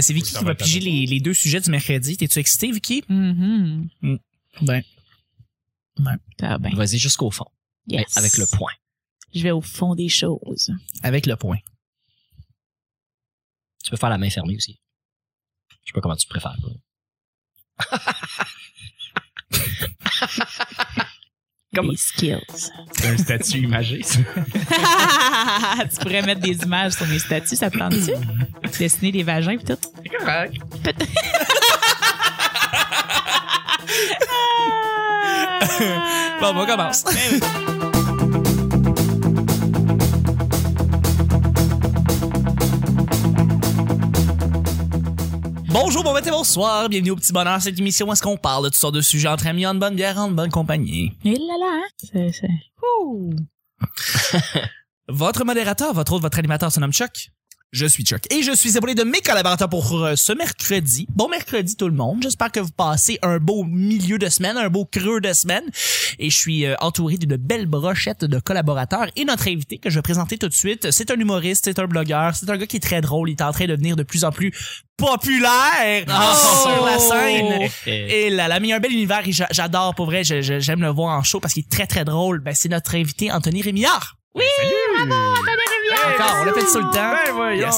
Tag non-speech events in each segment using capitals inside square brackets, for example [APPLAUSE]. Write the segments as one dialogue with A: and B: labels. A: c'est Vicky Ben,
B: Ça
A: qui
B: va
A: va
B: être à
A: piger
B: nous.
A: les, les deux sujets du mercredi. T'es-tu excité, Vicky?
C: Mhm.
A: Ben.
C: Ah ben,
A: Vas-y jusqu'au fond.
D: Ben,
C: yes.
A: Avec le point.
C: Je vais au fond des choses.
A: Avec le point.
D: Tu peux faire la main fermée aussi. Je sais pas comment tu préfères. quoi. Comme-
C: Des skills. [LAUGHS]
B: C'est un [LAUGHS] statut imagé, ça.
C: tu pourrais mettre des images sur mes statuts, ça
A: [COUGHS]
C: te tente-tu? Dessiner des vagins pis tout.
B: C'est correct.
C: [LAUGHS]
A: Ah! Bon, on commence.
B: Ben
A: Bonjour, bon matin, bonsoir. Bienvenue au petit bonheur. Cette émission où est-ce qu'on parle de toutes sortes de sujets entre amis, en bonne bière, en bonne compagnie.
C: Et là là, hein? C'est, c'est... Ouh.
A: Votre modérateur, votre autre, votre animateur se nomme Chuck. Je suis Chuck et je suis épaulé de mes collaborateurs pour euh, ce mercredi. Bon mercredi tout le monde. J'espère que vous passez un beau milieu de semaine, un beau creux de semaine. Et je suis euh, entouré d'une belle brochette de collaborateurs. Et notre invité que je vais présenter tout de suite, c'est un humoriste, c'est un blogueur, c'est un gars qui est très drôle. Il est en train de devenir de plus en plus populaire
D: Oh!
A: sur la scène.
D: Eh,
A: Et là, là, mais il y a un bel univers et j'a- j'adore, pour vrai, je- je- j'aime le voir en show parce qu'il est très, très drôle. Ben, c'est notre invité, Anthony Rémillard. Encore, on l'a fait tout le temps.
B: Ben voyons. [LAUGHS]
A: Yes.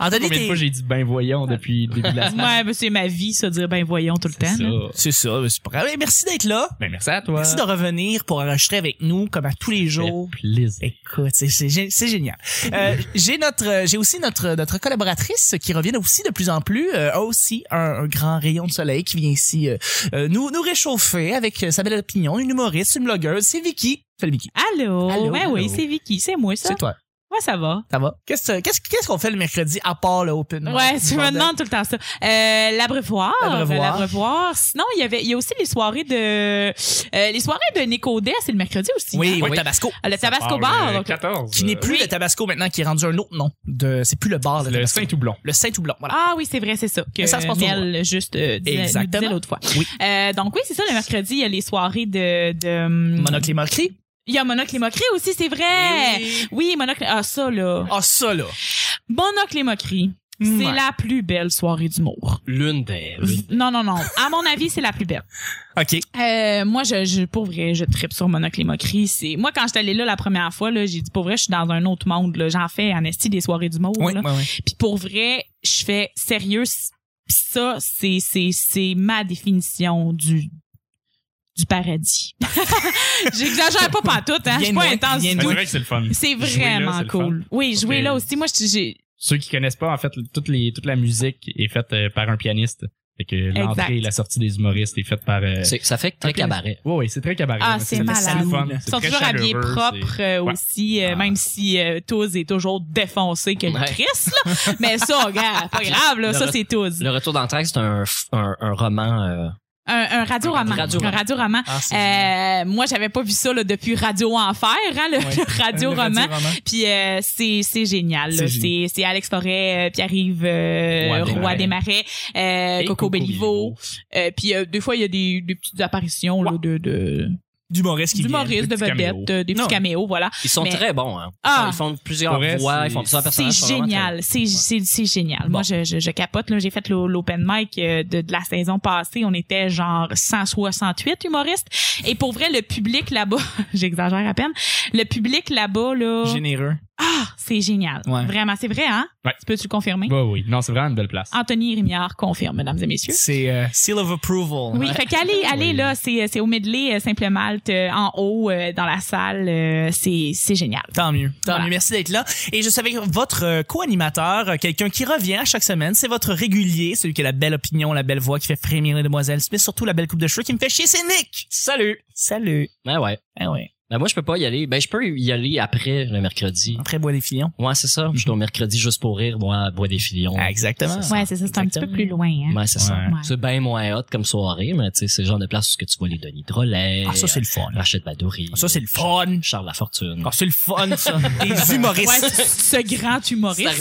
A: Anthony,
B: Combien de
A: t'es-
B: fois j'ai dit ben voyons depuis le début [LAUGHS] de la semaine?
A: [LAUGHS]
C: Ouais, ben, c'est ma vie, ça, dire ben voyons tout le temps. là.
B: Ça.
A: c'est ça, mais c'est pas grave. Eh, Merci d'être là.
B: Ben merci à toi.
A: Merci de revenir pour enregistrer avec nous, comme à tous les jours.
B: plaisir.
A: Écoute, c'est- c'est gé- c'est génial. Euh, j'ai notre, euh, j'ai aussi notre notre collaboratrice qui revient aussi de plus en plus, euh, a aussi un, un grand rayon de soleil qui vient ici euh, euh, nous nous réchauffer avec euh, sa belle opinion, une humoriste, une blogueuse, c'est Vicky. Salut Vicky.
C: Allô?
A: Allô,
C: ben oui,
A: allô.
C: c'est Vicky, c'est moi, ça.
A: C'est toi.
C: Moi, ça va.
A: Ça va? Qu'est-ce que- qu'est-ce qu'est-ce qu'on fait le mercredi à part le open?
C: Ouais, tu me
A: Bordel.
C: demandes tout le temps ça. Euh, l'abreuvoir.
A: L'abreuvoir.
C: L'abreuvoir. Sinon, il y avait, il y a aussi les soirées de, euh, les soirées de Nico Day, c'est le mercredi aussi.
A: Oui,
C: hein?
A: oui, Tabasco.
C: Ah, Le Tabasco
B: Ah,
C: Bar.
B: le
C: donc.
B: 14.
A: Qui n'est
B: euh,
A: plus le Tabasco maintenant, qui est rendu un autre nom. De, c'est plus le bar, le,
B: le
A: Tabasco.
B: Saint-Toublon.
A: Le Saint-Toublon, voilà.
C: Ah oui, c'est vrai, c'est ça. Que
A: Mais ça se passe au
C: Mel juste euh, disait- nous
A: Exactement.
C: disait l'autre fois.
A: Oui.
C: Euh, donc oui, c'est ça, le mercredi, il y a les soirées de... de hum,
A: Monocle et Monocle.
C: Il y a Monocle et Moquerie aussi, c'est vrai.
A: Eh
C: Oui, Monocle... Ah, ça, là.
A: Ah, ça, là.
C: Monocle et Moquerie, c'est
A: Ouais.
C: la plus belle soirée d'humour.
D: L'une des.
C: Non, non, non. À mon avis, c'est la plus belle.
A: OK.
C: Euh, moi, je, je, pour vrai, je tripe sur Monocle et Moquerie. C'est... Moi, quand j'étais allée là la première fois, là, j'ai dit, pour vrai, je suis dans un autre monde. Là. J'en fais en esti des soirées du monde.
A: Oui,
C: là.
A: oui, oui.
C: Puis pour vrai, je fais sérieux. c- pis ça, c'est, c'est, c'est ma définition du du paradis. [LAUGHS] J'exagère pas pantoute, hein. Je suis
A: Viens-nous,
C: pas intense. du
B: Ah,
A: viens-nous.
C: tout.
B: C'est vrai que c'est le fun.
C: C'est
B: Jouer là,
C: vraiment
B: c'est le
C: cool. Oui,
B: Parce
C: jouer
B: que-
C: là aussi. Moi, je- j'ai,
B: Ceux qui connaissent pas, en fait, toute, les, toute la musique est faite euh, par un pianiste. Fait que l'entrée et la sortie des humoristes est faite par... euh,
D: C'est- Ça fait très
B: Ok.
D: cabaret.
B: Oui, oui, c'est très cabaret.
C: Ah,
B: mais
C: c'est
B: très-
C: malade.
B: c'est le fun.
C: ils
B: C'est
C: sont
B: très
C: toujours habillés
B: chaleureux,
C: propres euh,
B: Ouais.
C: aussi, euh,
B: Ah.
C: même si euh, Touz est toujours défoncé que le
D: Ouais.
C: Christ, là. Mais ça, regarde, pas grave, là.
D: Le
C: Ça,
D: re-
C: c'est Touz.
D: Le retour d'Anthrax, c'est un, f- un, un roman. euh,
C: Un, un radio-roman.
D: Un radioraman.
C: Un radio-roman.
A: Ah, c'est génial.
C: Euh, moi, j'avais pas vu ça là, depuis Radio Enfer, hein, [LAUGHS] le,
A: Ouais.
C: le radio-roman.
A: Le radioraman.
C: Puis euh, c'est c'est génial.
A: C'est
C: là.
A: génial.
C: C'est c'est Alex Forêt, euh, Pierre-Yves euh,
D: Roy
C: Roy
B: Desmarais.
C: Desmarais, euh,
B: Et
C: Coco Bellivo.
B: Bellivo.
C: Euh, puis euh, des fois, il y a des, des petites apparitions là, de, de
A: D'humoriste qui vient.
C: d'humoristes, de
B: des petits caméos.
C: vedettes, euh, des
A: Non.
C: petits caméos, voilà.
D: Ils sont
C: Mais-
D: très bons. Hein.
C: Ah!
D: Ils font plusieurs
B: Pour vrai,
D: voix,
B: c'est-
D: ils font plusieurs
C: C'est
D: personnages. ils sont vraiment
C: génial, c'est c'est- c'est génial.
D: Bon.
C: Moi, je, je, je capote. là. J'ai fait l'o- l'open mic euh, de, de la saison passée. On était genre 168 humoristes. Et pour vrai, le public là-bas, [LAUGHS] j'exagère à peine, le public là-bas, là,
A: Généreux.
C: ah, c'est génial.
A: Ouais.
C: Vraiment, c'est vrai, hein?
B: Ouais.
C: Tu peux-tu le confirmer?
B: Oui, oui. Non, c'est vraiment une belle place.
C: Anthony Rémiard confirme, mesdames et messieurs.
A: C'est euh, Seal of Approval.
C: Oui, fait qu'allez, allez là, c'est c'est au Medley, euh, Simple Malte, euh, en haut, euh, dans la salle, euh, c'est c'est génial.
A: Tant mieux. Tant
C: Voilà.
A: mieux. Merci d'être là. Et je suis avec votre euh, co-animateur, euh, quelqu'un qui revient à chaque semaine. C'est votre régulier, celui qui a la belle opinion, la belle voix, qui fait frémir les demoiselles, mais surtout la belle coupe de cheveux qui me fait chier, c'est Nick. Salut. Salut.
D: Ben ouais.
A: Ah ouais.
D: Ben moi, je peux pas y aller. Ben, je peux y aller après le mercredi.
A: Après bois des filons.
D: Ouais, c'est ça. Je suis au mercredi juste pour rire, moi, à Bois des Filions.
A: Ah, exactement.
D: C'est ça.
C: Ouais, c'est ça, c'est un petit peu
A: Exactement.
C: plus loin. Hein?
D: Ouais, c'est ça.
B: Ouais.
C: Ouais.
D: C'est bien moins hot comme soirée, mais tu sais, c'est le genre de place où ce que tu vois les Denis Drolet,
A: Ah, ça, c'est le fun. Ah,
D: Rachid Badouri,
A: Ça, c'est le fun.
D: Charles Lafortune.
A: Ah, c'est le fun, ça. [LAUGHS] Des
C: Ouais,
A: humoristes.
C: ce ce grand
D: c'est arrivé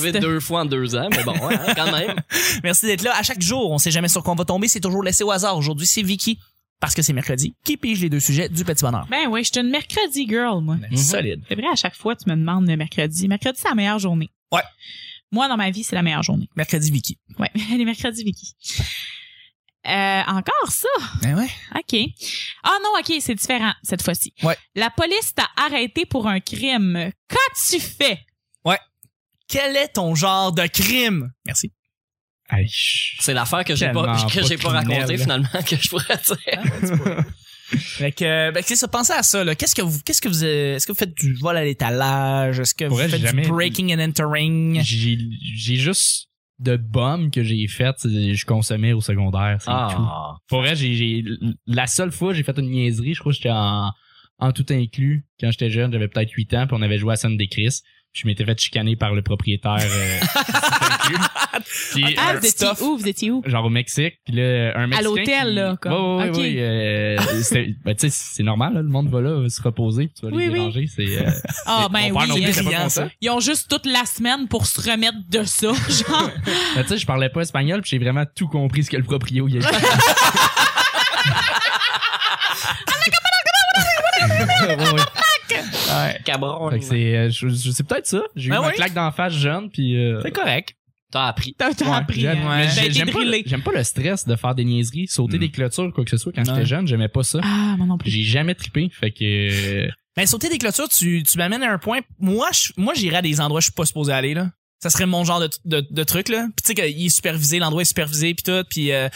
C: humoriste.
D: deux fois en deux ans, mais bon, ouais, hein, quand même.
A: Merci d'être là. À chaque jour, on sait jamais sur quoi on va tomber. C'est toujours laissé au hasard. Aujourd'hui, c'est Vicky, parce que c'est mercredi, qui pige les deux sujets du petit bonheur.
C: Ben oui, je suis une mercredi girl, moi.
A: [LAUGHS]
D: Mhm.
A: Solide.
C: C'est vrai, à chaque fois, tu me demandes le mercredi. Mercredi, c'est la meilleure journée.
A: Ouais.
C: Moi, dans ma vie, c'est la meilleure journée.
A: Mercredi Vicky.
C: Ouais, [LAUGHS] les mercredis, Vicky. Euh, encore ça?
A: Ben ouais.
C: OK. Ah non, OK, c'est différent cette fois-ci.
A: Ouais.
C: La police t'a arrêté pour un crime. Qu'as-tu fait?
A: Quel est ton genre de crime? Merci.
B: Aïe, chut.
D: C'est l'affaire [LAUGHS] que j'ai
B: Tellement
D: pas, que j'ai
B: pas
D: pas racontée
B: criminel.
D: finalement que je pourrais dire.
A: [LAUGHS] Fait que, euh, ben, c'est ça, pensez à ça, là. Qu'est-ce que vous, qu'est-ce que vous, euh, est-ce que vous faites du vol à l'étalage? Est-ce que
B: Pour
A: vous
B: vrai,
A: faites
B: j'ai
A: du
B: jamais-
A: breaking and entering?
B: j'ai j'ai juste de bombes que j'ai faites, c'est- je consommais au secondaire. c'est tout.
D: Ah.
B: Pour vrai, j'ai, j'ai- la seule fois j'ai fait une niaiserie, je crois que j'étais en, en tout inclus. Quand j'étais jeune, j'avais peut-être 8 ans, puis on avait joué à Scène des Chris. Je m'étais fait chicaner par le propriétaire.
C: [LAUGHS]
B: euh, tout inclus. Puis,
C: Ah,
B: euh,
C: vous étiez
A: stuff.
C: où? Vous étiez où?
B: genre au Mexique puis là un Mexicain
C: l'hôtel,
B: qui-
C: là, comme.
B: ouais ouais ouais,
C: Ok.
B: ouais, euh, c'était- ben, tu sais c'est normal là, le monde va là se reposer puis tu vas les
C: Oui, oui.
B: déranger c'est euh,
C: Ah,
B: mon
C: ben
B: père non
C: oui.
B: plus,
C: euh,
B: était
A: brillant,
B: pas
A: ça.
B: content.
C: Ils ont juste toute la semaine pour se remettre de ça, [LAUGHS] genre.
B: Ben, tu sais je parlais pas espagnol puis j'ai vraiment tout compris ce que le proprio il a dit Ouais, ouais. Ouais.
D: Cabron.
B: Fait que c'est euh, je, je- c'est peut-être ça j'ai eu
A: Ben
B: ma
A: oui.
B: claque d'en face jeune puis euh,
A: C'est correct.
D: T'as appris.
C: T'as t'as
B: ouais,
C: appris.
B: j'aime-
C: hein.
B: mais
C: T'as
B: j'ai-
C: été
B: j'aime pas, le-
C: drillé.
B: j'aime pas le stress de faire des niaiseries sauter
D: Mm.
B: des clôtures quoi que ce soit quand
A: Ouais.
B: j'étais jeune j'aimais pas ça
C: Ah, moi non plus.
B: j'ai jamais trippé fait que euh,
A: Ben, sauter des clôtures, tu, tu m'amènes à un point. Moi, je, moi, j'irais à des endroits où je suis pas supposé aller, là. Ça serait mon genre de, de, de truc, là. Puis, tu sais, qu'il est supervisé, l'endroit est supervisé, puis tout. Puis, euh,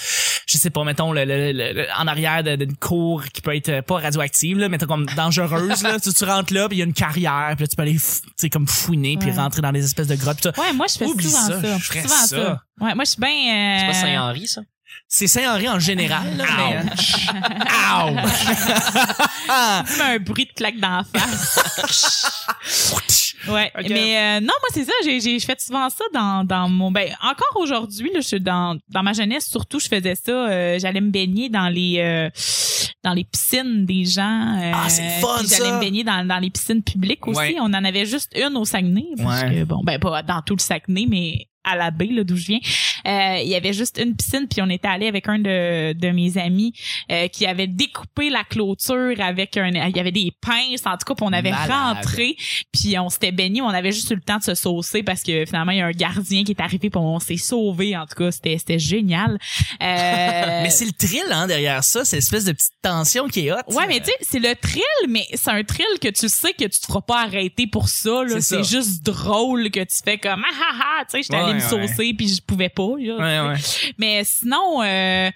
A: je sais pas, mettons, le, le- le- le- en arrière de- d'une cour qui peut être euh, pas radioactive, là, mais comme dangereuse,
B: [LAUGHS]
A: là. Tu, tu rentres là, puis il y a une carrière, puis là, tu peux aller, f- tu sais, comme fouiner, puis
C: Ouais.
A: rentrer dans des espèces de grottes, puis tout.
C: Ouais, moi, je fais
A: Oublie
C: souvent
A: ça,
C: ça.
A: je ferais
C: souvent
A: ça.
C: Ouais, moi, je suis bien. euh,
A: Euh,
D: C'est pas Saint-Henri, ça?
A: C'est Saint-Henri en général, là.
B: euh,
A: mais- euh, [LAUGHS]
C: Tu fais un bruit de claque d'en face.
A: [LAUGHS]
C: ouais. Mais euh, non, moi c'est ça, j'ai j'ai- je fais souvent ça dans dans mon ben encore aujourd'hui là, je suis dans dans ma jeunesse surtout, je faisais ça, euh, j'allais me baigner dans les euh, dans les piscines des gens. euh,
A: Ah, c'est le fun,
C: puis J'allais
A: ça!
C: me baigner dans, dans les piscines publiques aussi.
A: Ouais.
C: On en avait juste une au Saguenay. Parce
A: Ouais.
C: que, bon, ben pas dans tout le Saguenay, mais à la baie, là, d'où je viens. Euh, il y avait juste une piscine, puis on était allé avec un de, de mes amis euh, qui avait découpé la clôture avec un... Il y avait des pinces, en tout cas, puis on avait
A: Malade.
C: rentré, puis on s'était baigné, mais on avait juste eu le temps de se saucer parce que finalement, il y a un gardien qui est arrivé, puis on s'est sauvé en tout cas. C'était c'était génial. Euh,
A: [LAUGHS] Mais c'est le thrill, hein, derrière ça. C'est l'espèce de petite tension qui est haute.
C: Ouais, mais tu sais, c'est le thrill, mais c'est un thrill que tu sais que tu te feras pas arrêter pour ça. là.
A: C'est ça.
C: C'est juste drôle que tu fais comme ah ah ah, tu sais, j'étais allée
A: Ouais,
C: me
A: ouais.
C: saucer puis je pouvais pas. là.
A: Ouais, ouais.
C: Mais sinon, euh,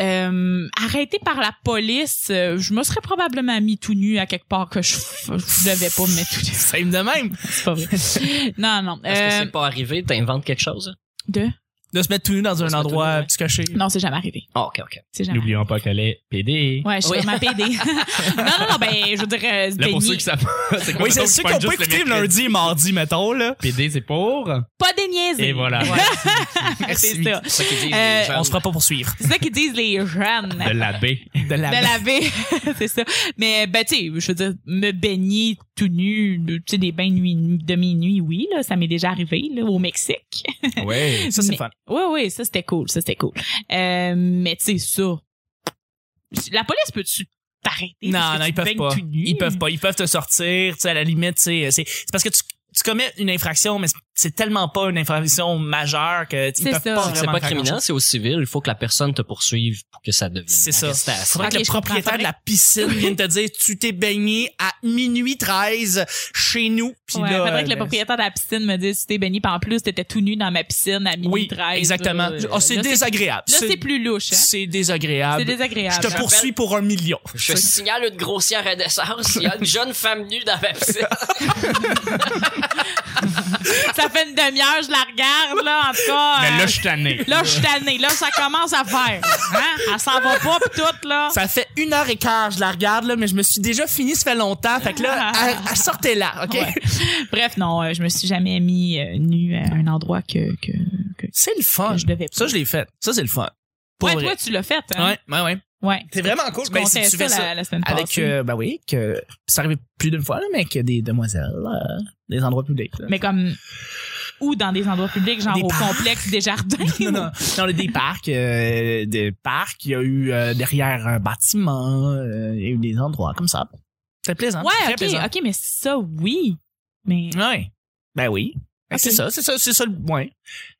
C: euh, arrêté par la police, euh, je me serais probablement mis tout nu à quelque part que je, je devais pas me mettre tout
A: [LAUGHS]
C: nu.
A: Same de même.
C: C'est pas vrai.
B: [LAUGHS]
C: Non, non.
D: Est-ce que
C: Euh,
D: c'est pas arrivé? T'inventes quelque chose?
C: deux.
A: De se mettre tout nu dans un
D: se mettre tout nu,
A: endroit
D: ouais.
A: petit caché.
C: Non, c'est jamais arrivé.
D: Ah, ok, ok.
C: C'est jamais.
B: n'oublions pas qu'elle est PD
C: Ouais, je suis
D: Oui.
C: vraiment pédée.
B: [LAUGHS]
C: non, non, non, ben, je veux dire, euh, se
B: Là, pour
C: baigner.
B: ceux qui savent pas, c'est quoi
A: Oui, c'est
B: mettons,
A: ceux
B: tu
A: qui ont
B: pognes
A: pas
B: juste le
A: écouté le
B: mercredi.
A: lundi, mardi, mettons, là.
B: PD, c'est pour.
C: Pas déniaiser.
B: Et voilà.
A: [LAUGHS]
C: [LAUGHS] c'est ça.
D: C'est ça qu'ils disent.
C: Euh,
D: les jeunes.
A: On se fera pas poursuivre.
C: C'est ça qu'ils disent les jeunes.
B: De la baie.
A: De la...
C: De laver, [LAUGHS] c'est ça. Mais ben tu sais, je veux dire me baigner tout nu, de- tu sais des bains nuit demi-nuit, oui là, ça m'est déjà arrivé là au Mexique.
B: [LAUGHS] Ouais.
A: [LAUGHS] Ça, c'est
C: Mais-
A: fun.
C: Ouais ouais, ça c'était cool, ça c'était cool. Euh, mais tu sais ça. La police peut-tu t'arrêter
A: Non,
C: parce
A: non, ils peuvent
C: que tu te baignes
A: pas.
C: tout nu?
A: Ils peuvent pas. Ils peuvent te sortir, tu sais, à la limite, tu sais, c'est c'est parce que tu, tu commets une infraction, mais c'est tellement pas une infraction majeure que tu- ils
C: C'est
A: peuvent
C: ça.
A: pas
C: C'est
A: vraiment
D: C'est pas
A: faire
D: criminel,
A: grand-chose.
D: c'est au civil. Il faut que la personne te poursuive pour que ça devienne.
A: C'est ça.
D: arrestation.
A: Faudrait
C: Ok,
A: que le
C: je comprends.
A: propriétaire de la piscine vienne te dire tu t'es baigné à minuit 13 chez nous. Puis
C: Ouais,
A: là,
C: faudrait
A: euh,
C: que le propriétaire de la piscine me dise si t'es baigné, puis en plus t'étais tout nu dans ma piscine à minuit
A: Oui,
C: 13.
A: exactement.
C: Euh,
A: Ah, c'est
C: là,
A: désagréable.
C: Là c'est plus louche. hein.
A: C'est
C: C'est
A: désagréable.
C: désagréable.
A: Je te poursuis pour un million.
D: Je signale une grossière indécence. Il y a une jeune femme nue dans
A: [LAUGHS]
D: ma piscine.
C: Ça fait une demi-heure, je la regarde, là, en tout cas.
B: Mais
C: euh,
B: là, je suis tanné.
C: Là, je suis tannée. Là, ça commence à faire. Hein? Elle s'en va pas pis tout, là.
A: Ça fait une heure et quart, je la regarde, là, mais je me suis déjà fini, ça fait longtemps. Fait que là, elle- elle sortait là, OK?
C: Ah. Ouais. Bref, non, euh, je me suis jamais mis euh, nue à un endroit que, que,
A: C'est le
C: que
A: fun.
C: je devais pas.
A: Ça, je l'ai fait. Ça, c'est le fun. Pour
C: Ouais,
A: vrai.
C: toi, tu l'as fait, hein?
A: Ouais, ouais, ouais.
C: Ouais.
A: C'est vraiment cool.
C: Tu
A: Ben, si
C: comptais
A: tu fais
C: ça,
A: ça.
C: la, la semaine
A: Avec,
C: passée.
A: euh, ben oui, que ça arrive plus d'une fois, là, mais que des demoiselles, euh, des endroits publics. là.
C: Mais comme... Ou dans des endroits publics, genre
A: Des
C: au
A: parcs.
C: complexe des jardins.
A: [LAUGHS] [LAUGHS] non, non, non, des parcs, euh, des parcs, il y a eu euh, derrière un bâtiment, euh, il y a eu des endroits comme ça. C'était plaisant. Mm.
C: Ouais,
A: très
C: ok,
A: plaisant.
C: ok, mais ça, oui. Mais
A: Ouais. Ben oui. Fait que C'est ça, c'est ça, c'est ça le point.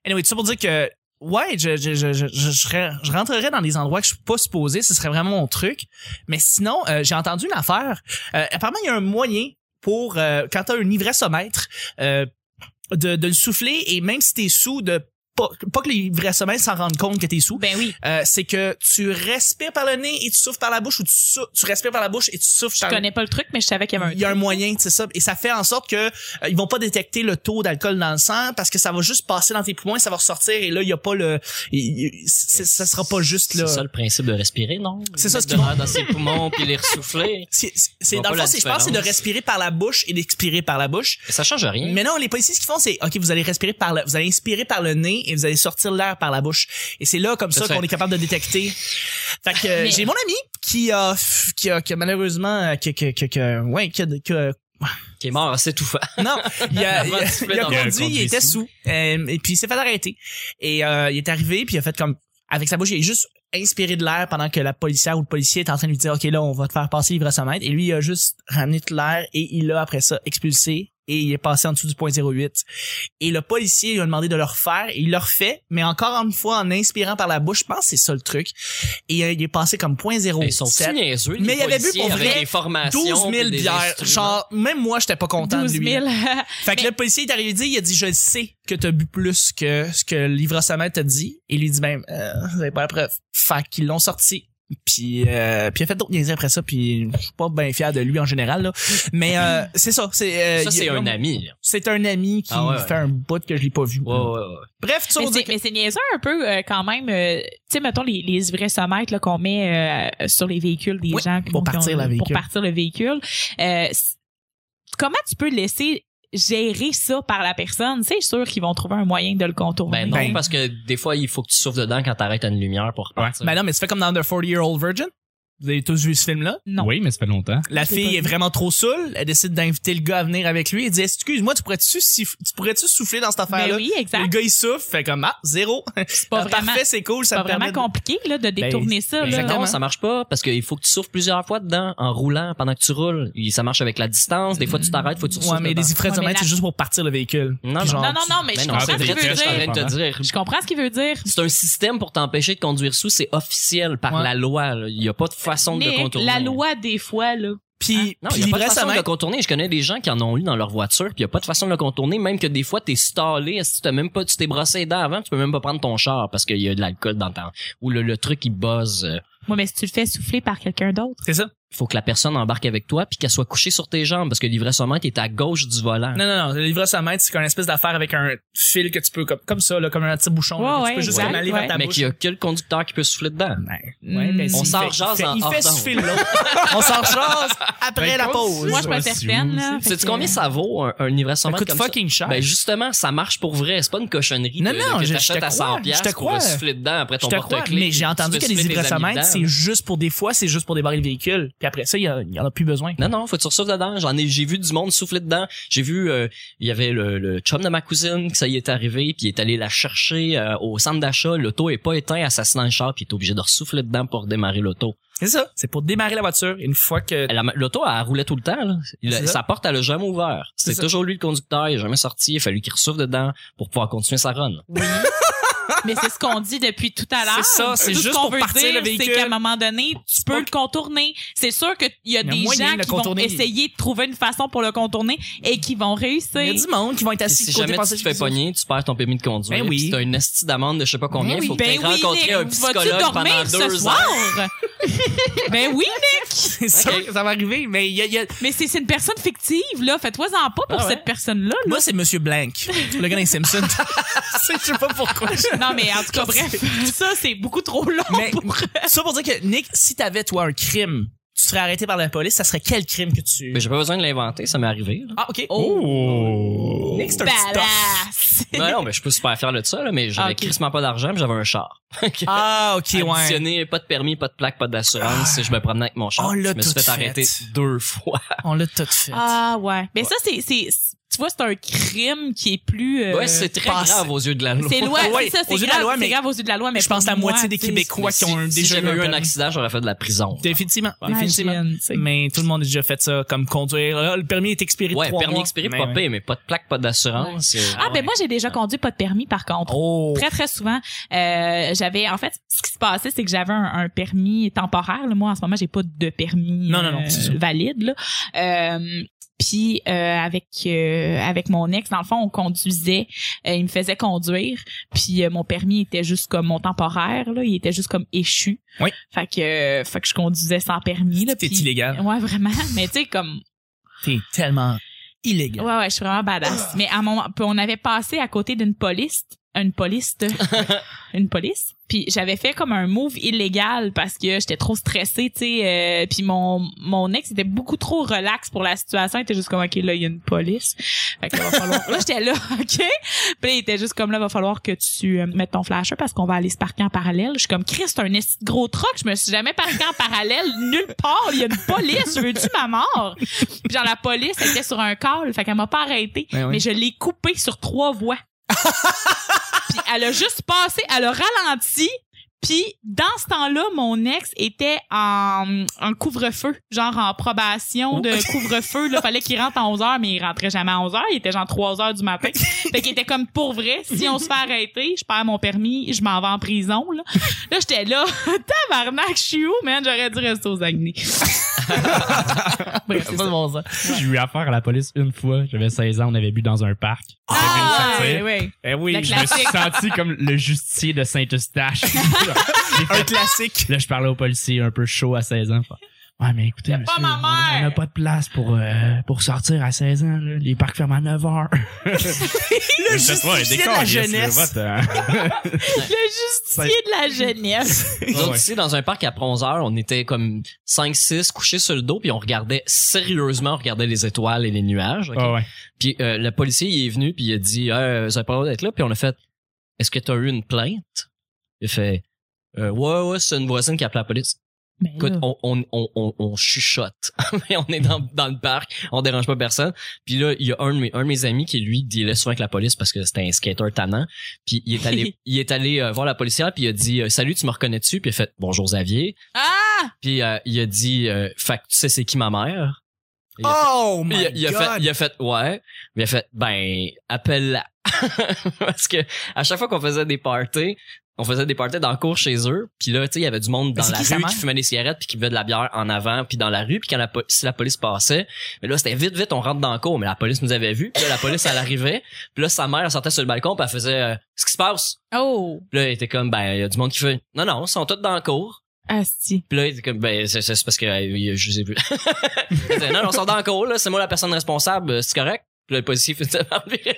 A: Anyway, tout ça pour dire que, ouais, je, je, je, je, je, serais- je rentrerais dans des endroits que je suis pas supposé, ce serait vraiment mon truc. Mais sinon, euh, j'ai entendu une affaire. Euh, apparemment, il y a un moyen pour, euh, quand t'as un ivressomètre, euh, de, de le souffler et même si t'es sous, de pas, pas que l'ivressomètre s'en rende compte que t'es sous,
C: Ben oui,
A: euh, c'est que tu respires par le nez et tu souffles par la bouche ou tu, sou- tu respires par la bouche et tu souffles
C: je
A: par le
C: connais pas le truc, mais je savais qu'il y avait un
A: il y a un moyen, c'est ça. Et ça fait en sorte que euh, ils vont pas détecter le taux d'alcool dans le sang parce que ça va juste passer dans tes poumons, et ça va ressortir et là il y a pas le, il- il- c'est- ça sera pas juste là.
D: C'est ça le principe de respirer, non?
A: C'est ça, ce
D: Mettre
A: qu'ils
D: de l'air dans ses poumons puis les ressouffler.
A: C'est c'est- c'est-
D: vois
A: dans
D: pas
A: le fond,
D: la
A: c'est- je pense c'est de
D: différence. Hein?
A: respirer par la bouche et d'expirer par la bouche.
D: Ça change rien.
A: Mais non, les policiers ce qu'ils font c'est OK, vous allez respirer par la, vous allez inspirer par le nez et vous allez sortir l'air par la bouche. Et c'est là comme ça
D: Ça, ça-
A: qu'on est capable de détecter. Fait que euh,
C: Mais-
A: j'ai mon ami qui a qui a, qui a malheureusement euh, que que que, que ouais, que, que
D: Qui est mort en s'étouffant.
A: Non, il a, il
D: Avant
A: a-
D: de souffler
A: il a
D: dans
B: le-
A: conduit, il
B: conduit
A: était sous, Euh, et puis il s'est fait arrêter. Et euh, il est arrivé, puis il a fait comme avec sa bouche, il a juste inspiré de l'air pendant que la policière ou le policier est en train de lui dire ok là on va te faire passer l'ivressomètre et lui il a juste ramené de l'air et il l'a après ça expulsé et il est passé en dessous du point 08 et le policier lui a demandé de le refaire et il le refait mais encore une fois en inspirant par la bouche je pense que c'est ça le truc et euh, il est passé comme point
D: Ils sont
A: 07
D: si niaiseux, les
A: Mais il y avait bu
D: policiers,
A: pour
D: avec
A: vrai
D: les formations
A: 12 000
D: puis des
A: bières
D: instruments.
A: genre même moi j'étais pas content
C: 12
A: de lui
C: 000.
A: fait que
C: Mais-
A: le policier est arrivé dire, il a dit, je le sais que t'as bu plus que ce que l'ivrosomètre t'a dit. Et lui dit, ben, euh, vous avez pas la preuve. Fait qu'ils l'ont sorti. Puis, euh, puis il a fait d'autres niaiseries après ça. Puis je suis pas bien fier de lui en général, là. Mais
D: [LAUGHS]
A: euh, c'est ça. C'est, euh,
D: Ça,
A: il-
D: c'est un ami. là.
A: C'est un ami qui
D: Ah ouais, ouais.
A: fait un bout que je l'ai pas vu.
D: Ouais, ouais, ouais.
A: Bref, tu
C: [LAUGHS] mais
A: vas dire
C: c'est- mais c'est niaiseux un peu euh, quand même. euh, tu sais, mettons les, les ivressomètres là, qu'on met euh, sur les véhicules des
A: Oui,
C: gens.
A: pour
C: qui ont-
A: partir le véhicule.
C: Pour partir le véhicule. Euh, c- comment tu peux laisser gérer ça par la personne? C'est sûr qu'ils vont trouver un moyen de le contourner.
D: Ben non,
A: Ben-
D: parce que des fois, il faut que tu souffles dedans quand t'arrêtes à une lumière pour repartir.
A: Ben non, mais tu fais comme dans The 40 Year Old Virgin. Vous avez tous vu ce film-là.
C: Non.
B: Oui, mais ça fait longtemps.
A: La
C: J'ai
A: fille
C: pas
A: est
C: vu.
A: vraiment trop saoule. Elle décide d'inviter le gars à venir avec lui. Elle dit, excuse-moi, tu pourrais-tu, siff- tu pourrais-tu souffler dans cette
C: Ben
A: affaire-là?
C: oui, exact.
A: Le gars, il souffle. Fait comme, ah, zéro.
C: [LAUGHS] C'est pas
A: Ah,
C: vraiment,
A: Parfait, c'est cool, ça
C: c'est pas
A: me permet.
C: vraiment compliqué là, de détourner ça. Là.
D: Exactement, ça marche pas parce qu'il faut que tu souffles plusieurs fois dedans en roulant pendant que tu roules. Il- Ça marche avec la distance. Des fois, tu t'arrêtes, faut que tu
A: de...
D: souffles.
A: Ouais, mais
D: dedans.
A: les
C: Ouais, mais
A: ivressomètres,
C: la-
A: c'est juste pour partir le véhicule.
D: Non,
A: Puis
D: non.
A: genre,
C: Non, non, non, mais,
D: Mais
C: je
D: Ben non,
C: comprends
D: c'est
C: ce qu'il
D: vrai,
C: veut
D: je suis en
C: dire.
D: train de te dire.
C: Je comprends ce qu'il veut dire.
D: C'est un système pour t'empêcher de conduire sous, c'est officiel par
A: Ouais.
D: la loi. là. Il n'y a pas de façon de le
C: Mais
D: contourner.
C: la loi, des fois, là.
A: Puis,
D: Ah, Non,
A: puis
D: il n'y a pas de façon de le
A: l'ivressomètre,
D: contourner. Je connais des gens qui en ont eu dans leur voiture, puis il n'y a pas de façon de le contourner, même que des fois, t'es stallé, si tu t'es même pas, tu t'es brossé les dents avant, tu peux même pas prendre ton char parce qu'il y a de l'alcool dans ton, ou le, le truc, il buzz. euh,
C: Moi, mais si tu le fais souffler par quelqu'un d'autre.
A: c'est ça.
D: Faut que la personne embarque avec toi puis qu'elle soit couchée sur tes jambes parce que l'ivressomètre est à gauche du volant.
A: Non, non, non. L'ivressomètre, c'est une espèce d'affaire avec un fil que tu peux, comme, comme ça, là, comme un petit bouchon. là,
C: Ouais,
A: que tu peux
C: ouais,
A: juste
C: exact,
A: comme aller vers
C: ouais.
A: ta
D: mais
A: bouche.
D: qu'il y a que le conducteur qui peut souffler dedans.
A: Ben, ouais, mais
C: Mm.
A: s'il
D: On s'en
A: fait-
D: rejase
A: il fait-
D: en
A: Il
D: hors
A: fait ce
D: d'onde. [LAUGHS]
A: fil-là. On s'en jase après
B: Ben,
A: la
B: comme
A: pause.
C: Moi, je suis pas
B: Ouais, c'est
C: certaine,
B: où,
C: là. Fait
D: Sais-tu
C: que-
A: euh,
D: combien ça vaut un,
A: Ça
D: un ivressomètre
A: coûte
D: comme
A: fucking cher.
D: Ben justement, ça marche pour vrai, c'est pas une cochonnerie.
A: Non,
D: que-
A: non,
D: que
A: je- je
D: t'achètes
A: te
D: à
A: crois,
D: 100
A: je
D: piastres
A: te
D: pour
A: crois.
D: souffler dedans après
A: je
D: ton
A: te crois,
D: porte-clés.
A: mais j'ai entendu que les ivressomètres, c'est juste pour des fois, c'est juste pour débarrer le véhicule. Puis après ça, il y, a- il y en a plus besoin.
D: Non, non, faut que tu ressouffles dedans. J'en ai, j'ai vu du monde souffler dedans. J'ai vu, euh, il y avait le, le chum de ma cousine que ça y est arrivé, puis il est allé la chercher euh, au centre d'achat. L'auto est pas éteint, assassiné dans le char, puis il est obligé de ressouffler dedans pour démarrer l'auto.
A: C'est ça. C'est pour démarrer la voiture une fois que...
D: Elle a- L'auto, elle roulait tout le temps. Là. Il a-
A: C'est ça.
D: sa porte, elle a jamais ouvert.
A: C'est
D: C'est
A: ça.
D: toujours lui le conducteur, il est jamais sorti. Il a fallu qu'il ressouffle dedans pour pouvoir continuer sa run.
C: euh, Mais c'est ce qu'on dit depuis tout à l'heure.
A: C'est ça, c'est
C: Tout
A: juste
C: ce qu'on
A: pour
C: veut
A: partir
C: dire,
A: le véhicule.
C: C'est qu'à un moment donné, tu peux le contourner. C'est sûr qu'il y
A: Il y
C: a
A: a
C: des
A: moyen
C: gens
A: de le
C: qui vont
A: contourner.
C: essayer de trouver une façon pour le contourner et qui vont
A: Il y a
C: réussir.
A: du monde qui vont être
D: Puis
A: assis
D: si
A: Ben, côté
D: jamais tu te
A: passager. [LAUGHS]
D: fais pogner, tu perds ton permis de conduire.
A: Ben oui.
D: puis C'est un esti d'amende de je sais pas combien.
A: Ben oui.
D: Faut que t'aies
C: Ben oui,
D: rencontré
C: Nick,
D: un
C: vas-tu
D: psychologue pendant
C: dormir
D: deux
C: ce
D: ans.
C: soir? ben
D: [LAUGHS]
C: oui, Nick!
A: C'est sûr
D: Ok.
A: que ça va arriver, mais il y a- il y a,
C: Mais c'est c'est une personne fictive, là. Faites-toi-en pas pour
D: Ah ouais?
C: cette personne-là. là.
A: Moi, c'est Monsieur Blank, le gars des
D: [LAUGHS]
A: Simpsons. [LAUGHS] C'est- je sais pas pourquoi. [LAUGHS]
C: Non, mais en tout cas, bref, [LAUGHS] ça, c'est beaucoup trop long
A: Mais-
C: pour...
A: Ça pour dire que, Nick, si t'avais, toi, un crime, tu serais arrêté par la police, ça serait quel crime que tu...
D: Mais Oh. j'ai pas besoin de l'inventer, ça m'est arrivé. là.
A: Ah, OK.
B: Oh!
A: Nick, c'est un petit tough.
C: Balasse!
D: Non, non, mais je peux super fier de ça, là, mais j'avais
C: Ah, Ok.
D: crissement pas d'argent, puis j'avais un char. Ok.
A: Ah, OK, ouais. Ah.
D: Additionné, pas de permis, pas de plaque, pas d'assurance, et je me promenais avec mon char.
A: On l'a
D: je me suis
A: tout
D: fait,
A: fait.
D: arrêter deux fois.
A: On l'a tout fait.
C: Ah ouais. Mais Ah, ça, c'est, c'est, tu vois, c'est un crime qui est plus. euh,
D: ouais, c'est très
A: passe-
D: grave aux yeux de la loi.
C: c'est
D: [LAUGHS]
C: loi,
A: Ouais,
C: c'est ça,
A: aux
C: c'est
A: yeux de la
C: grave,
A: loi,
C: c'est
A: mais
C: grave aux yeux de la loi. Mais
A: je pense
C: pour
A: la moitié
C: moi,
A: des
C: tu sais,
A: Québécois
D: Mais
A: qui
D: si-
A: ont
D: si
A: déjà
D: j'avais eu un
A: permis.
D: accident, j'aurais fait de la prison.
A: Définitivement,
C: c'est-
A: définitivement.
C: Imagine, tu sais.
A: Mais tout le monde a déjà fait ça, comme conduire. Ah, le permis est expiré de
D: Ouais,
A: trois
D: permis
A: mois.
D: expiré,
A: Mais
D: pas
A: ouais.
D: payé, mais pas de plaque, pas d'assurance. euh,
C: Ah, ben moi, j'ai déjà conduit pas de permis, par contre.
A: Oh.
C: Très, très souvent, euh, j'avais, en fait, ce qui se passait, c'est que j'avais un, un permis temporaire. là. Moi, en ce moment, j'ai pas de permis
A: Non, non, non,
C: euh,
A: c'est ça.
C: valide. Là. Euh, puis euh, avec euh, avec mon ex, dans le fond, on conduisait. Euh, il me faisait conduire. Puis euh, mon permis était juste comme mon temporaire. Là, il était juste comme échu.
A: Oui.
C: Fait que, euh, fait que je conduisais sans permis. là,
A: T'es
C: puis-
A: illégal.
C: Ouais, vraiment. [LAUGHS] Mais tu sais, comme
A: T'es tellement illégal.
C: Ouais, ouais, je suis vraiment badass. Mais à mon, puis on avait passé à côté d'une police, une police, une police. Puis j'avais fait comme un move illégal parce que j'étais trop stressée, tu sais. euh, puis mon mon ex était beaucoup trop relax pour la situation. Il était juste comme ok, là il y a une police. Fait que là, va falloir. là j'étais là, [LAUGHS] ok. Puis là, il était juste comme là, va falloir que tu euh, mettes ton flasher parce qu'on va aller se parquer en parallèle. Je suis comme Chris, c'est un esti de gros truck. Je me suis jamais parqué en parallèle nulle part. Il y a une police. Veux-tu ma mort? Puis genre, la police elle était sur un call, fait qu'elle m'a pas arrêté.
A: Ben oui.
C: Mais je l'ai coupé sur
A: [LAUGHS]
C: trois voies. puis elle a juste passé, elle a ralenti. Puis dans ce temps-là, mon ex était en, en couvre-feu, genre en probation de couvre-feu. Là, fallait qu'il rentre à 11 h mais il rentrait jamais à 11 h Il était genre 3 h du matin. Fait qu'il était comme pour vrai. Si on se fait arrêter, je perds mon permis, je m'en vais en prison. Là, là j'étais là, [LAUGHS] tabarnak, je suis où, man? J'aurais dû rester aux Agnes. Bref, c'est
A: Pas
C: ça.
A: de bon sens.
B: J'ai eu affaire à la police une fois. J'avais 16 ans, on avait bu dans un parc.
C: Ah,
B: J'avais une
C: ouais,
B: satire.
C: ouais.
A: Eh oui,
C: La
B: Je me suis senti comme le justicier de
C: [LAUGHS]
B: Saint-Eustache.
A: un classique.
B: Là, je parlais au policier un peu chaud à 16 ans. Fait, Ouais, mais écoutez, monsieur,
C: pas ma
B: on-
C: mère.
B: on n'a pas de place pour, euh, pour sortir à 16 ans. là. Les parcs ferment à 9 heures.
A: Le justifié de la jeunesse.
C: [LAUGHS] Le justicier de la jeunesse.
D: Nous
B: Ouais,
D: autres,
B: ouais.
D: ici, dans un parc à 11 heures, on était comme 5-6 couchés sur le dos, puis on regardait sérieusement, on regardait les étoiles et les nuages. ok?
B: Ah [LAUGHS] ouais.
D: Puis euh, le policier, il est venu, puis il a dit, hey, ça pas le droit d'être là. Puis on a fait, est-ce que t'as eu une plainte? Il fait, Euh, ouais, ouais, c'est une voisine qui a appelé la police.
C: [LAUGHS] Ben
D: Écoute,
C: là.
D: on, on, on, on, on chuchote. [LAUGHS] Mais on est dans, dans le parc, on dérange pas personne. Puis là, il y a un de mes, un de mes amis qui, lui, dealait souvent avec la police parce que c'était un skater tannant. Puis il est allé, il est allé euh, voir la policière, puis il a dit, euh, salut, tu me reconnais-tu? Puis il a fait, bonjour Xavier.
C: Ah!
D: Puis euh, il a dit, euh, fait que tu sais c'est qui ma mère? Il a
A: Oh
D: il,
A: my
D: a- il a
A: god.
D: fait, il a fait, ouais. Il a fait, ben, appelle-la. [LAUGHS] Parce que, à chaque fois qu'on faisait des parties, on faisait des parties dans le cours chez eux, puis là, tu sais, il y avait du monde dans
A: c'est
D: la
A: qui sa
D: rue
A: mère?
D: qui fumait des cigarettes puis qui buvait de la bière en avant puis dans la rue puis quand la, po- si la police passait, mais là c'était vite vite on rentre dans le cours, mais la police nous avait vus, puis là la police elle arrivait, puis là sa mère elle sortait sur le balcon puis elle faisait, euh, ce qui se passe,
C: Oh!
D: Puis là elle était comme, ben il y a du monde qui fait, non non, ils sont tous dans le cours,
C: Asti.
D: puis là, il était comme, ben, c'est c'est- c'est parce que euh, il- je les ai vus. Il était, [LAUGHS] non, non, on sort dans le cours, là, c'est moi la personne responsable, euh, c'est correct. Puis là, le policier fait
A: C'est
C: Ah,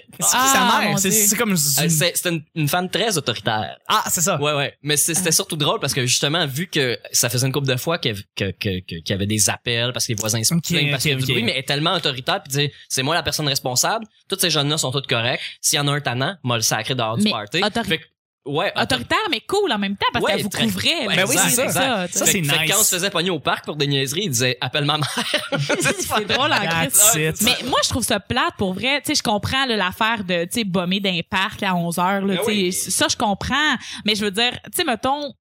A: sa
C: mon
A: mère. C'est-
C: Dieu.
A: C'est comme.
D: Euh, c'est- C'était une, une femme très autoritaire.
A: Ah, c'est ça.
D: Ouais, ouais. Mais c'est- c'était surtout drôle parce que justement, vu que ça faisait une couple de fois qu'il y avait- que- que- que- qu'il y avait des appels parce que les voisins se
A: Ok,
D: plaignaient
A: ok,
D: parce qu'il y avait du
A: ok.
D: bruit, mais elle est tellement autoritaire puis dire, c'est moi la personne responsable, toutes ces jeunes-là sont toutes corrects. S'il y en a un tannant, moi le sacré dehors du
C: Mais
D: party.
C: autori-
D: Fait que- ouais, autoritaire.
C: Autoritaire, mais cool en même temps, parce
D: Ouais,
C: qu'elle vous
D: très-
C: couvrait.
D: ouais,
C: là.
A: ben oui, c'est
D: ça.
C: tu
A: Ça,
C: sais.
A: c'est
D: Fait que quand on
A: nice.
D: se faisait pogner au parc pour des niaiseries, il disait, appelle maman.
C: [LAUGHS] C'est drôle hein. en Christ.
A: That's it.
C: Mais moi, je trouve ça plate pour vrai. Tu sais, je comprends là, l'affaire de, tu sais, bomber d'un parc là, à 11 heures. Là,
D: Ben
C: tu sais.
D: oui.
C: Ça, je comprends. Mais je veux dire, tu sais, mettons,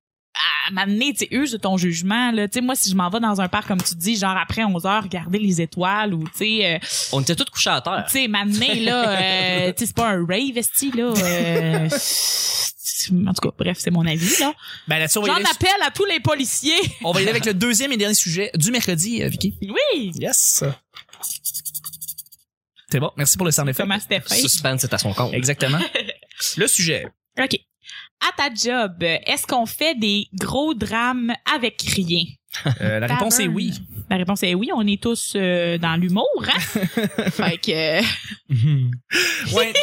C: à m'amener, tu sais, use de ton jugement. Là, tu sais, moi, si je m'en vais dans un parc, comme tu dis, genre après 11 heures, regarder les étoiles ou, tu sais, euh,
D: On était tous couchés à terre.
C: tu sais, m'amener, là, euh, tu sais, c'est pas un rave, esti, là. euh, en tout cas, bref, c'est mon avis, là.
A: Ben là-dessus, on va y
C: J'en
A: aller-
C: appelle à tous les policiers. [LAUGHS]
A: on va y aller avec le deuxième et dernier sujet du mercredi, euh, Vicky.
C: Oui.
A: Yes. C'est bon. Merci pour le sound effect.
C: Comment c'était fait?
D: Suspense, c'est à son
A: [LAUGHS]
D: compte.
A: Exactement. le sujet.
C: OK. À ta job, est-ce qu'on fait des gros drames avec rien?
A: Euh, la réponse est
C: Taverne.
A: oui.
C: La réponse est oui, on est tous euh, dans l'humour,
A: [LAUGHS]
C: hein? fait que...
A: Ouais.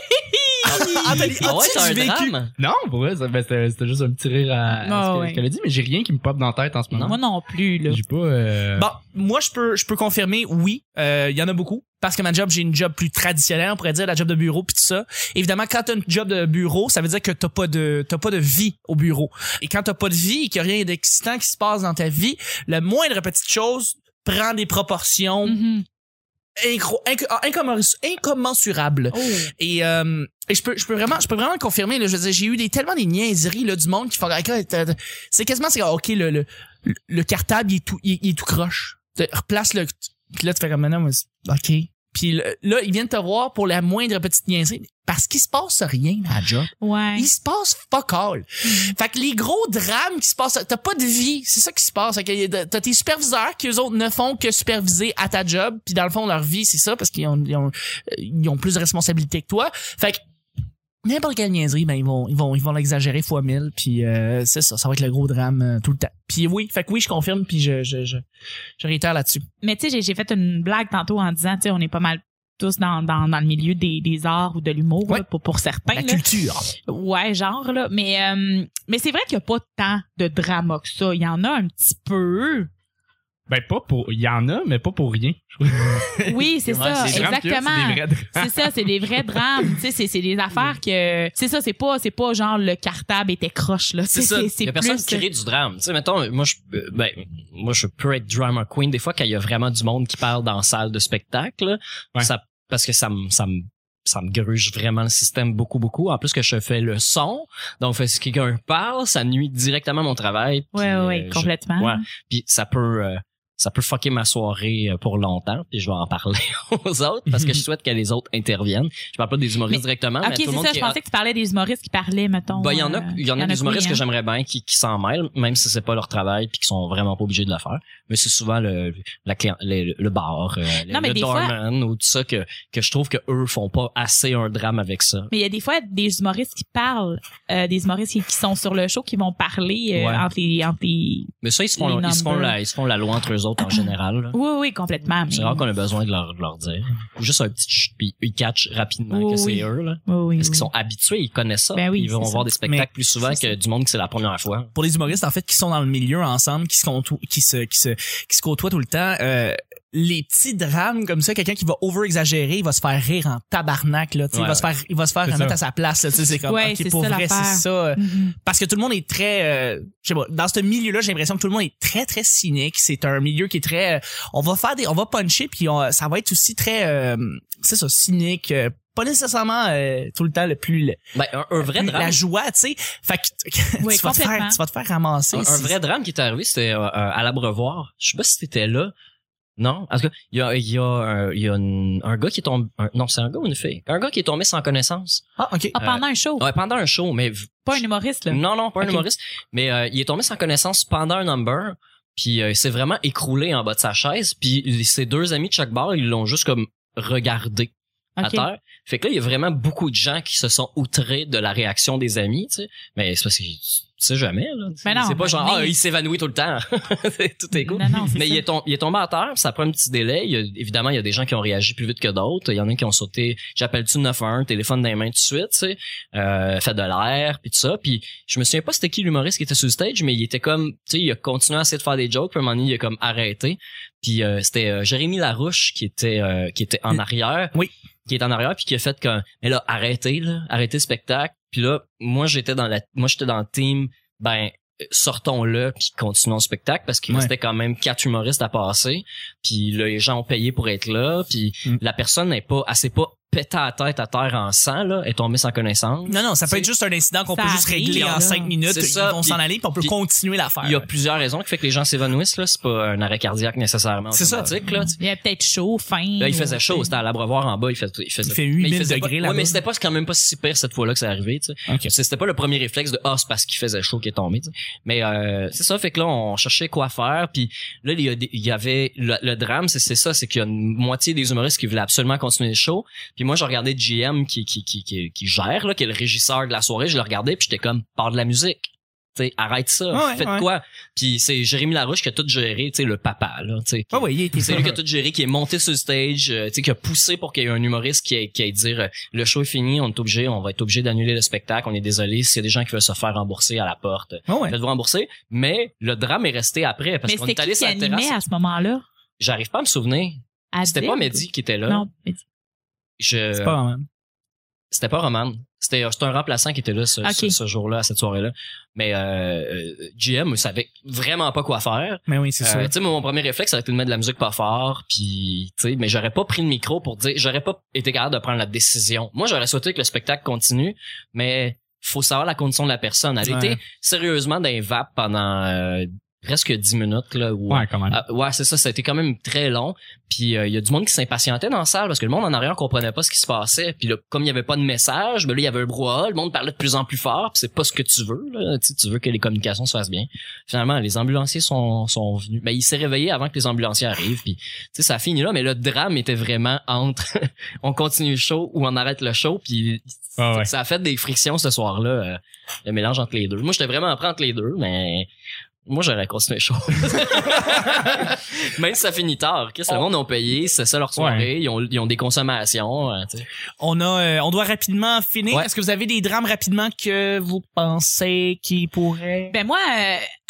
A: Anthony,
D: Ah ouais,
A: as-tu
D: c'est un
A: vécu?
D: drame?
B: [LAUGHS] Non, pour vrai, ça- ben, c'était c'était juste un petit rire à, à
C: Ah
B: ce que-
C: ouais.
B: ce qu'elle a dit, mais j'ai rien qui me pop dans la tête en ce moment.
C: Moi non plus, là.
B: J'ai pas. euh,
A: Bon, Bah, moi je peux je peux confirmer oui, euh, il y en a beaucoup parce que ma job, j'ai une job plus traditionnelle, on pourrait dire la job de bureau puis tout ça. Évidemment, quand t'as une job de bureau, ça veut dire que t'as pas de t'as pas de vie au bureau. Et quand t'as pas de vie et qu'il y a rien d'excitant [LAUGHS] qui se passe dans ta vie, la moindre petite chose prend des proportions
C: Mhm.
A: incro- inc- ah, incommensu- incommensurable.
C: Oh,
A: Et, euh, et je peux, je peux vraiment, je peux vraiment le confirmer, là. Je veux dire, j'ai eu des, tellement des niaiseries, là, du monde qui font, Ah, écoute, euh, c'est quasiment, c'est, ah, ok, le, le, le- le cartable, il est tout, il, il est tout croche. Tu sais, Replace-le. Puis là, tu fais comme, maintenant, ok. Puis le- là, ils viennent te voir pour la moindre petite niaiserie. Parce qu'il se passe rien à la job.
C: Ouais. Mm.
A: Il se passe fuck all. Fait que les gros drames qui se passent, t'as pas de vie. C'est ça qui se passe. Fait que T'as tes superviseurs qui eux autres ne font que superviser à ta job. Puis dans le fond, leur vie, c'est ça parce qu'ils ont, ils ont, euh, ils ont plus de responsabilités que toi. Fait que n'importe quelle niaiserie, ben ils vont, ils vont, ils vont l'exagérer fois mille. Puis euh, c'est ça, ça va être le gros drame euh, tout le temps. Puis oui, fait que oui, je confirme. Puis je, je, je, je réitère là-dessus.
C: Mais tu sais, j'ai- j'ai fait une blague tantôt en disant, tu sais, on est pas mal tous dans, dans, dans le milieu des, des arts ou de l'humour,
A: Ouais.
C: là, pour, pour certains.
A: La
C: Ben là.
A: culture.
C: Ouais, genre, là. Mais, euh, mais c'est vrai qu'il n'y a pas tant de drama que ça. Il y en a un petit
D: [LAUGHS]
C: peu.
B: Ben, pas pour. Il y en a, mais pas pour rien. Je trouve.
C: Oui, c'est
D: Ouais,
C: ça,
D: c'est
B: vraiment curieux,
C: Ah, exactement.
B: C'est des vrais drames.
C: C'est ça, c'est des vrais
D: [LAUGHS]
C: drames. Tu sais, c'est- c'est des affaires que. C'est ça, c'est pas, c'est pas genre le cartable était croche, là.
A: C'est ça.
D: Il y a personne qui crée du drame. Tu sais, mettons, moi, je, euh, ben, moi, je peux être drama queen des fois quand il y a vraiment du monde qui parle dans la salle de spectacle. là.
B: Ouais.
D: Ça, parce que ça me, ça me, ça me gruge vraiment le système beaucoup, beaucoup. En plus que je fais le son. Donc, fait, si quelqu'un parle, ça nuit directement à mon travail. puis,
C: Ouais, ouais, ouais,
D: euh, je-
C: complètement.
D: ouais. Puis ça peut, euh, ça peut fucker ma soirée euh, pour longtemps. Puis je vais en parler [LAUGHS] aux autres
C: [LAUGHS]
D: parce que je souhaite que les autres interviennent. Je parle pas des humoristes
C: Mais-
D: directement,
C: Ok,
D: mais
C: c'est
D: tout le monde
C: ça.
D: qui
C: Je pensais que tu parlais des humoristes qui parlaient, mettons.
D: ben, il y en a,
C: euh,
D: il y en a des
C: qui,
D: humoristes
C: hein.
D: que j'aimerais bien qui, qui s'en mêlent, même si c'est pas leur travail puis qui sont vraiment pas obligés de le faire. Mais c'est souvent le, la client- le, le bar, euh, le-
C: Non, mais
D: le
C: des fois-
D: doorman ou tout ça que, que je trouve que eux font pas assez un drame avec ça.
C: Mais il y a des fois des humoristes qui parlent, euh, des humoristes qui, qui sont sur le show, qui vont parler euh,
D: Ouais.
C: entre les. Entre les...
D: Mais ça, ils se
C: Les
D: font, ils se font,
C: numbers.
D: la, ils se font la loi entre
C: [COUGHS]
D: eux autres en général. là.
C: Oui, oui, complètement. mais-
D: C'est rare qu'on a besoin de leur, de leur dire. Ou juste un petit chut, puis ils catchent rapidement
C: Oui,
D: que c'est
C: oui.
D: eux. Là.
C: Oui, oui,
D: Parce
C: oui.
D: qu'ils sont habitués, ils connaissent ça.
C: Mm. Ben oui,
D: ils vont
C: c'est
D: voir
C: ça.
D: des spectacles
A: Mais
D: plus souvent
A: c'est
D: que du monde que c'est la première fois.
A: pour les humoristes en fait qui sont dans le milieu ensemble, qui se contou- qui se qui se qui se côtoient tout le temps, euh, les petits drames comme ça, quelqu'un qui va over exagérer, il va se faire rire en tabarnak là, tu sais, il
D: Ouais,
A: va se faire il va se faire
B: C'est
A: remettre
B: ça.
A: à sa place, là, tu sais, c'est comme
C: Ouais,
A: OK,
C: c'est
A: pour
C: ça
A: vrai,
C: l'affaire.
A: c'est ça euh,
C: Mhm.
A: parce que tout le monde est très euh, je sais pas, dans ce milieu là, j'ai l'impression que tout le monde est très très cynique, c'est un milieu qui est très euh, on va faire des on va puncher puis on- ça va être aussi très euh, c'est ça cynique euh, pas nécessairement euh, tout le temps le plus le-
D: Ben, un, un vrai drame.
A: la joie, tu sais. Fait que
C: Oui,
A: [LAUGHS] tu, vas te
C: complètement.
A: faire, tu vas te faire ramasser.
D: Un, un
A: si-
D: vrai drame qui est arrivé, c'était euh, euh, à l'Abreuvoir. Je sais pas si t'étais là. Non? En tout cas, il y a, il y a, un, il y a une- un gars qui est tombé... un- non, c'est un gars ou une fille? Un gars qui est tombé sans connaissance.
A: Ah, OK.
C: Ah, pendant un show,
D: euh, Ouais, Mm-hmm. pendant un show, mais... v-
C: pas un humoriste, là.
D: Non, non, pas un
C: Ok.
D: humoriste. Mais euh, il est tombé sans connaissance pendant un number. Puis euh, il s'est vraiment écroulé en bas de sa chaise. Puis les- ses deux amis de chaque bar, ils l'ont juste comme regardé à
C: Ok.
D: terre. Fait que là, il y a vraiment beaucoup de gens qui se sont outrés de la réaction des amis, tu sais. Mais c'est parce que tu sais jamais, là.
C: Ben non,
D: c'est pas
C: mais-
D: genre, ah,
C: mais-
D: il s'évanouit tout le temps. hein. [LAUGHS] tout est cool.
C: Non, non, c'est
D: Mais
C: ça.
D: il est, tom- il est tombé à terre, puis ça prend un petit délai. Il y a- évidemment, il y a des gens qui ont réagi plus vite que d'autres. Il y en a qui ont sauté, j'appelle-tu 911, téléphone dans les mains tout de suite, tu sais, euh, fait de l'air, puis tout ça. Puis je me souviens pas c'était qui l'humoriste qui était sur le stage, mais il était comme, tu sais, il a continué à essayer de faire des jokes, puis à un moment donné, il a comme arrêté. Puis euh, c'était euh, Jérémy Larouche qui était euh, qui était en arrière.
A: Oui.
D: Qui est en arrière puis qui a fait comme mais là arrêtez là, arrêtez le spectacle. Puis là moi j'étais dans la moi j'étais dans le team ben euh, sortons-le puis continuons le spectacle parce qu'il
A: Ouais.
D: restait quand même quatre humoristes à passer. Puis là, les gens ont payé pour être là, puis
A: Mm.
D: la personne n'est pas elle s'est pas pétée à la tête à terre en sang là, elle est tombée sans connaissance.
A: Non, non, ça peut
D: C'est-
A: être juste un incident qu'on
C: oh, Ça
A: peut juste
C: arrive,
A: régler
C: là.
A: en cinq minutes.
D: C'est
A: Ils
D: ça,
A: vont
D: puis-
A: s'en aller, puis on peut
D: puis-
A: continuer l'affaire.
D: Il y a plusieurs raisons qui fait que les gens s'évanouissent là, c'est pas un arrêt cardiaque nécessairement
A: C'est ça.
D: automatique là, tu
C: Mm-hmm. Il y a peut-être chaud, faim.
D: Là, il
C: ou-
D: faisait chaud, c'était à l'abreuvoir en bas, il, fait, il faisait
A: Il fait 8000
D: mais faisait pas-
A: degrés
D: ouais,
A: là-bas.
D: mais c'était pas quand même pas si pire cette fois-là que c'est arrivé, tu sais.
B: Ok.
D: C'est- C'était pas le premier réflexe de ah, c'est parce qu'il faisait chaud qu'il est tombé, tu sais. Mais euh, c'est ça fait que là on cherchait quoi faire puis là il y, a des- il y avait le, le drame, c'est c'est ça, c'est qu'il y a une moitié des humoristes qui voulaient absolument continuer le show. Puis moi je regardais GM qui qui qui qui, qui gère là qui est le régisseur de la soirée, je le regardais puis j'étais comme parle de la musique. tu sais arrête ça,
A: Ouais,
D: faites
A: ouais.
D: quoi? Puis c'est Jérémy Larouche qui a tout géré, tu sais, le papa, là, tu sais,
A: Ah oui, il était-
D: c'est lui
C: [LAUGHS]
D: qui a tout géré, qui est monté sur le stage, euh, tu sais, qui a poussé pour qu'il y ait un humoriste qui aille, qui aille dire euh, le show est fini, on est obligé, on va être obligé d'annuler le spectacle, on est désolé, s'il y a des gens qui veulent se faire rembourser à la porte,
A: Ah ouais.
D: faites-vous rembourser. Mais le drame est resté après parce
C: Mais
D: qu'on
C: c'était
D: est
C: qui
D: allé
C: qui
D: sur la
C: animait
D: terrasse.
C: à ce moment-là?
D: J'arrive pas à me souvenir. C'était
C: Adib?
D: pas Mehdi qui était là.
C: Non, Mehdi.
D: Je...
A: C'est pas vraiment.
D: C'était pas Roman. C'était euh, c'était un remplaçant qui était là ce, ce-
C: Ok.
D: ce jour-là, à cette soirée-là. Mais euh, euh, GM savait vraiment pas quoi faire.
A: Mais oui, c'est
D: Euh, tu sais, moi, mon premier réflexe, ça a été de mettre de la musique pas fort, puis tu sais, mais j'aurais pas pris le micro pour dire, j'aurais pas été capable de prendre la décision. Moi, j'aurais souhaité que le spectacle continue, mais faut savoir la condition de la personne. Elle
A: Ouais.
D: était sérieusement dans les vapes pendant euh, presque 10 minutes là. Où,
B: Ouais, quand même.
D: Ah, ouais, c'est ça, ça a été quand même très long. Puis euh, il y a du monde qui s'impatientait dans la salle parce que le monde en arrière comprenait pas ce qui se passait. Puis là, comme il y avait pas de message, ben là il y avait un brouhaha, le monde parlait de plus en plus fort, puis c'est pas ce que tu veux là, tu sais, tu veux que les communications se fassent bien. Finalement, les ambulanciers sont sont venus, mais il s'est réveillé avant que les ambulanciers arrivent puis tu sais ça finit là mais le drame était vraiment entre [LAUGHS] on continue le show ou on arrête le show puis
B: Ah ouais.
D: ça a fait des frictions ce soir-là euh, le mélange entre les deux. Moi j'étais vraiment prêt entre les deux mais moi, j'aurais continué le show. Même si ça finit tard. Qu'est-ce que le monde ont payé? C'est ça leur soirée. Ils, ont, ils ont des consommations. euh, tu sais.
A: On a, euh, on doit rapidement finir.
D: Ouais.
A: Est-ce que vous avez des drames rapidement que vous pensez qui pourraient?
C: Ben moi,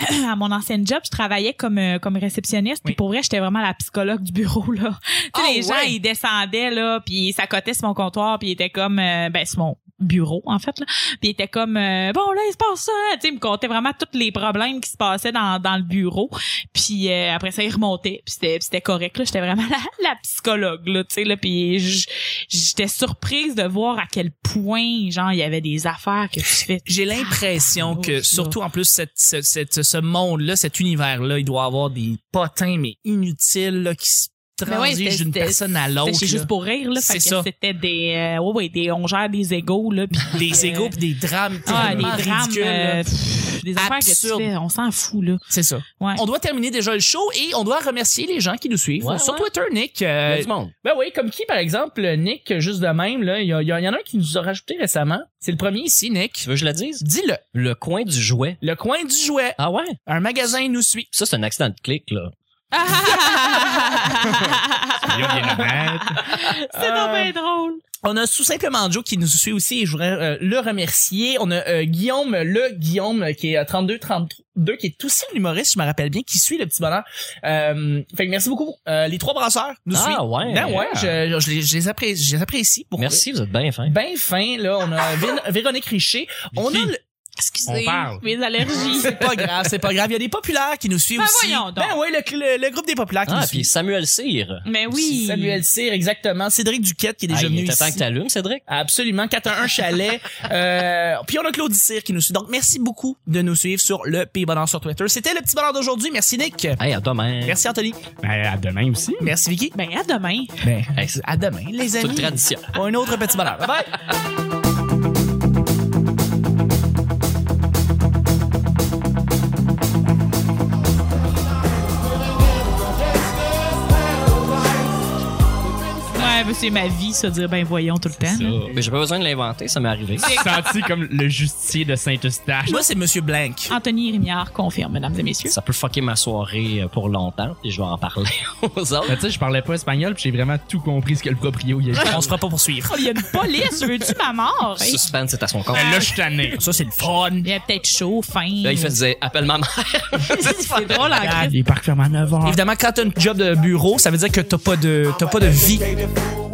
C: euh, [CLEARS THROAT] à mon ancienne job, je travaillais comme euh, comme réceptionniste. Puis
A: Oui.
C: pour vrai, j'étais vraiment la psychologue du bureau là. [LAUGHS] tu sais,
A: Ah,
C: les gens,
A: ouais.
C: ils descendaient là, puis ils s'accotaient sur mon comptoir, puis ils étaient comme, euh, ben sur mon bureau en fait là. Puis ils étaient comme, euh, bon là, il se passe ça. Tu sais, ils me contaient vraiment tous les problèmes qui se passaient dans dans le bureau. Puis euh, après ça, ils remontaient. Puis c'était puis c'était correct là. J'étais vraiment [LAUGHS] la, la psychologue là, tu sais là. Puis j- j'étais surprise de voir à quel point genre il y avait des affaires que tu fais.
A: J'ai l'impression
C: Ah,
A: que,
C: ça.
A: surtout en plus, cette, ce, cette- ce monde-là, cet univers-là, il doit avoir des potins, mais inutiles, là, qui se
C: Mais ouais,
A: transigent
C: c'était-
A: d'une
C: c'était-
A: personne à
C: C'était
A: l'autre.
C: chez
A: là.
C: juste pour rire là,
A: C'est
C: fait que
A: ça.
C: c'était des euh, ouais ouais, des on gère des
A: [LAUGHS]
C: égaux là puis
A: Des égaux pis des drames
C: ah, des
A: tellement
C: drames
A: ridicules, là.
C: euh, pff, des affaires
A: Absurde.
C: que tu fais, on s'en fout là.
A: C'est ça.
C: Ouais.
A: On doit terminer déjà le show et on doit remercier les gens qui nous suivent.
D: Ouais,
A: Sur
D: ouais.
A: Twitter, Nick.
D: Il y
A: euh,
D: a du monde.
A: Ben oui, comme qui, par exemple, Nick, juste de même, là, il y, a- il y en a un qui nous a rajouté récemment. C'est le premier ici, Nick.
D: Tu veux que je le dise?
A: Dis-le.
D: Le coin du jouet.
A: Le coin du jouet.
D: Ah ouais?
A: Un magasin nous suit.
D: Ça, c'est un accident de clic, là.
B: Soyons bien honnêtes.
C: [LAUGHS] C'est donc bien drôle.
A: Euh, On a tout simplement Joe qui nous suit aussi et je voudrais euh, le remercier. On a euh, Guillaume, le Guillaume euh, qui est 32 32 qui est aussi un humoriste, je me rappelle bien, qui suit le petit bonheur. Euh, fait que merci beaucoup. Euh, les trois brasseurs nous
D: ah
A: suivent.
D: ouais.
A: Ben ouais, je, je les- je les apprécie, je les apprécie pour
D: Merci, vous êtes bien fin.
A: Ben fin là, on a
D: [LAUGHS]
A: Vin- Véronique Richer, on a le-
C: Excusez
B: On parle.
C: mes allergies.
A: c'est pas grave, c'est pas grave, il y a des populaires qui nous suivent
C: Ben
A: aussi.
C: voyons donc.
A: Ben ouais, le, le- le groupe des populaires qui
D: Ah,
A: nous
D: puis
A: suit.
D: Samuel Cyr.
C: Mais oui.
A: Samuel Cyr exactement, Cédric Duquette qui est déjà
D: Ah,
A: venu
D: il était temps
A: ici.
D: que t'allumes, Cédric.
A: Absolument, 411
D: [LAUGHS]
A: Chalet. euh, puis on a Claude Cyr qui nous suit. Donc, merci beaucoup de nous suivre sur le Pays Bonheur sur Twitter. C'était le petit bonheur d'aujourd'hui. Merci Nick.
D: Hey, à demain.
A: Merci Anthony.
B: Ben, à demain
C: [LAUGHS]
B: aussi.
A: Merci Vicky.
C: Ben à demain.
A: Ben,
D: Hey, c'est
A: à demain, les
D: c'est une
A: amis.
D: tradition.
A: Pour un autre petit bonheur. Bye bye.
C: Ouais, ben, c'est ma vie ça dire ben voyons tout le temps. là.
D: Mais j'ai pas besoin de l'inventer, ça m'est arrivé.
B: Senti comme le justicier de Saint-Eustache.
A: Moi, c'est Monsieur Blank.
C: Anthony Rémiard confirme mesdames et messieurs.
D: Ça peut fucker ma soirée euh, pour longtemps, puis je vais en parler [LAUGHS] aux autres.
B: Ben, tu sais, je parlais pas espagnol, puis j'ai vraiment tout compris ce que le proprio y a dit.
C: [LAUGHS]
A: On se fera pas poursuivre.
C: Oh, Il y a une police, veux-tu ma mort? Hey.
D: Suspense, c'est à son compte.
B: Ben, là, je suis tanné.
A: Ça, c'est le fun.
C: Il y a peut-être chaud, faim.
A: Ben,
D: Là,
C: [LAUGHS]
D: il faisait appelle ma mère.
C: c'est drôle en crise.
B: Les parcs ferment à 9h.
A: Évidemment, quand t'as un job de bureau, ça veut dire que t'as pas de, t'as pas de vie.
E: Dedicated fool.